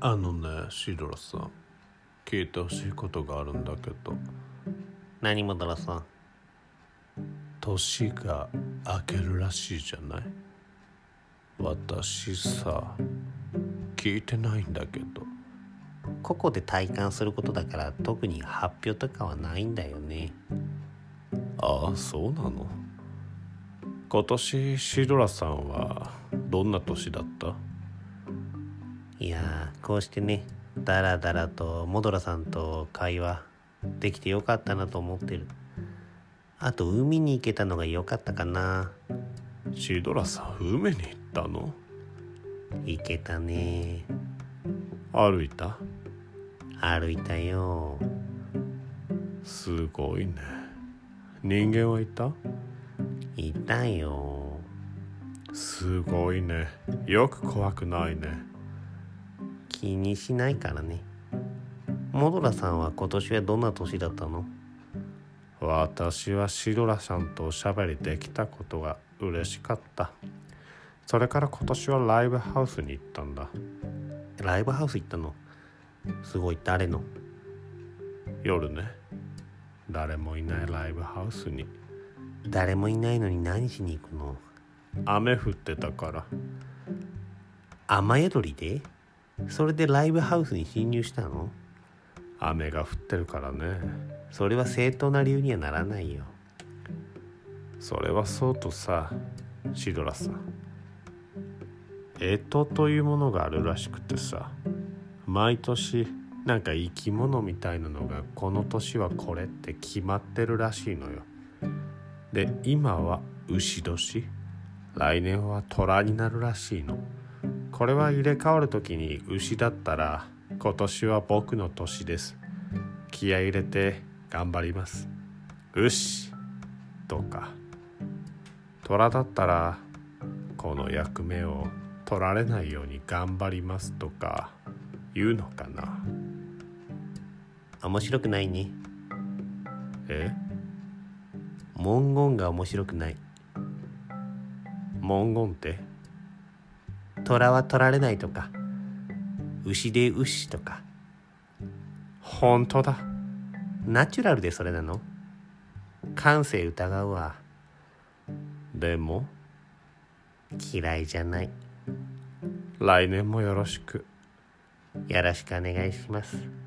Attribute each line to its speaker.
Speaker 1: あのねシドラさん聞いてほしいことがあるんだけど
Speaker 2: 何もだらさん
Speaker 1: 年が明けるらしいじゃない私さ聞いてないんだけど
Speaker 2: 個々で体感することだから特に発表とかはないんだよね
Speaker 1: ああそうなの今年シドラさんはどんな年だった
Speaker 2: いやーこうしてねだらだらとモドラさんと会話できてよかったなと思ってるあと海に行けたのが良かったかな
Speaker 1: シドラさん海に行ったの
Speaker 2: 行けたね
Speaker 1: 歩いた
Speaker 2: 歩いたよ
Speaker 1: すごいね人間はいた
Speaker 2: いたよ
Speaker 1: すごいねよく怖くないね
Speaker 2: 気にしないからねモドラさんは今年はどんな年だったの
Speaker 1: 私はシドラさんとおしゃべりできたことが嬉しかったそれから今年はライブハウスに行ったんだ
Speaker 2: ライブハウス行ったのすごい誰の
Speaker 1: 夜ね誰もいないライブハウスに
Speaker 2: 誰もいないのに何しに行くの
Speaker 1: 雨降ってたから
Speaker 2: 雨宿りでそれでライブハウスに侵入したの
Speaker 1: 雨が降ってるからね
Speaker 2: それは正当な理由にはならないよ
Speaker 1: それはそうとさシドラさん干支というものがあるらしくてさ毎年なんか生き物みたいなのがこの年はこれって決まってるらしいのよで今は牛年来年は虎になるらしいのこれは入れ替わる時に牛だったら今年は僕の年です気合い入れて頑張ります牛とか虎だったらこの役目を取られないように頑張りますとか言うのかな
Speaker 2: 面白くないね
Speaker 1: え
Speaker 2: 文言が面白くない
Speaker 1: 文言って
Speaker 2: 虎は取られないとか牛で牛とか
Speaker 1: 本当だ
Speaker 2: ナチュラルでそれなの感性疑うわ
Speaker 1: でも
Speaker 2: 嫌いじゃない
Speaker 1: 来年もよろしく
Speaker 2: よろしくお願いします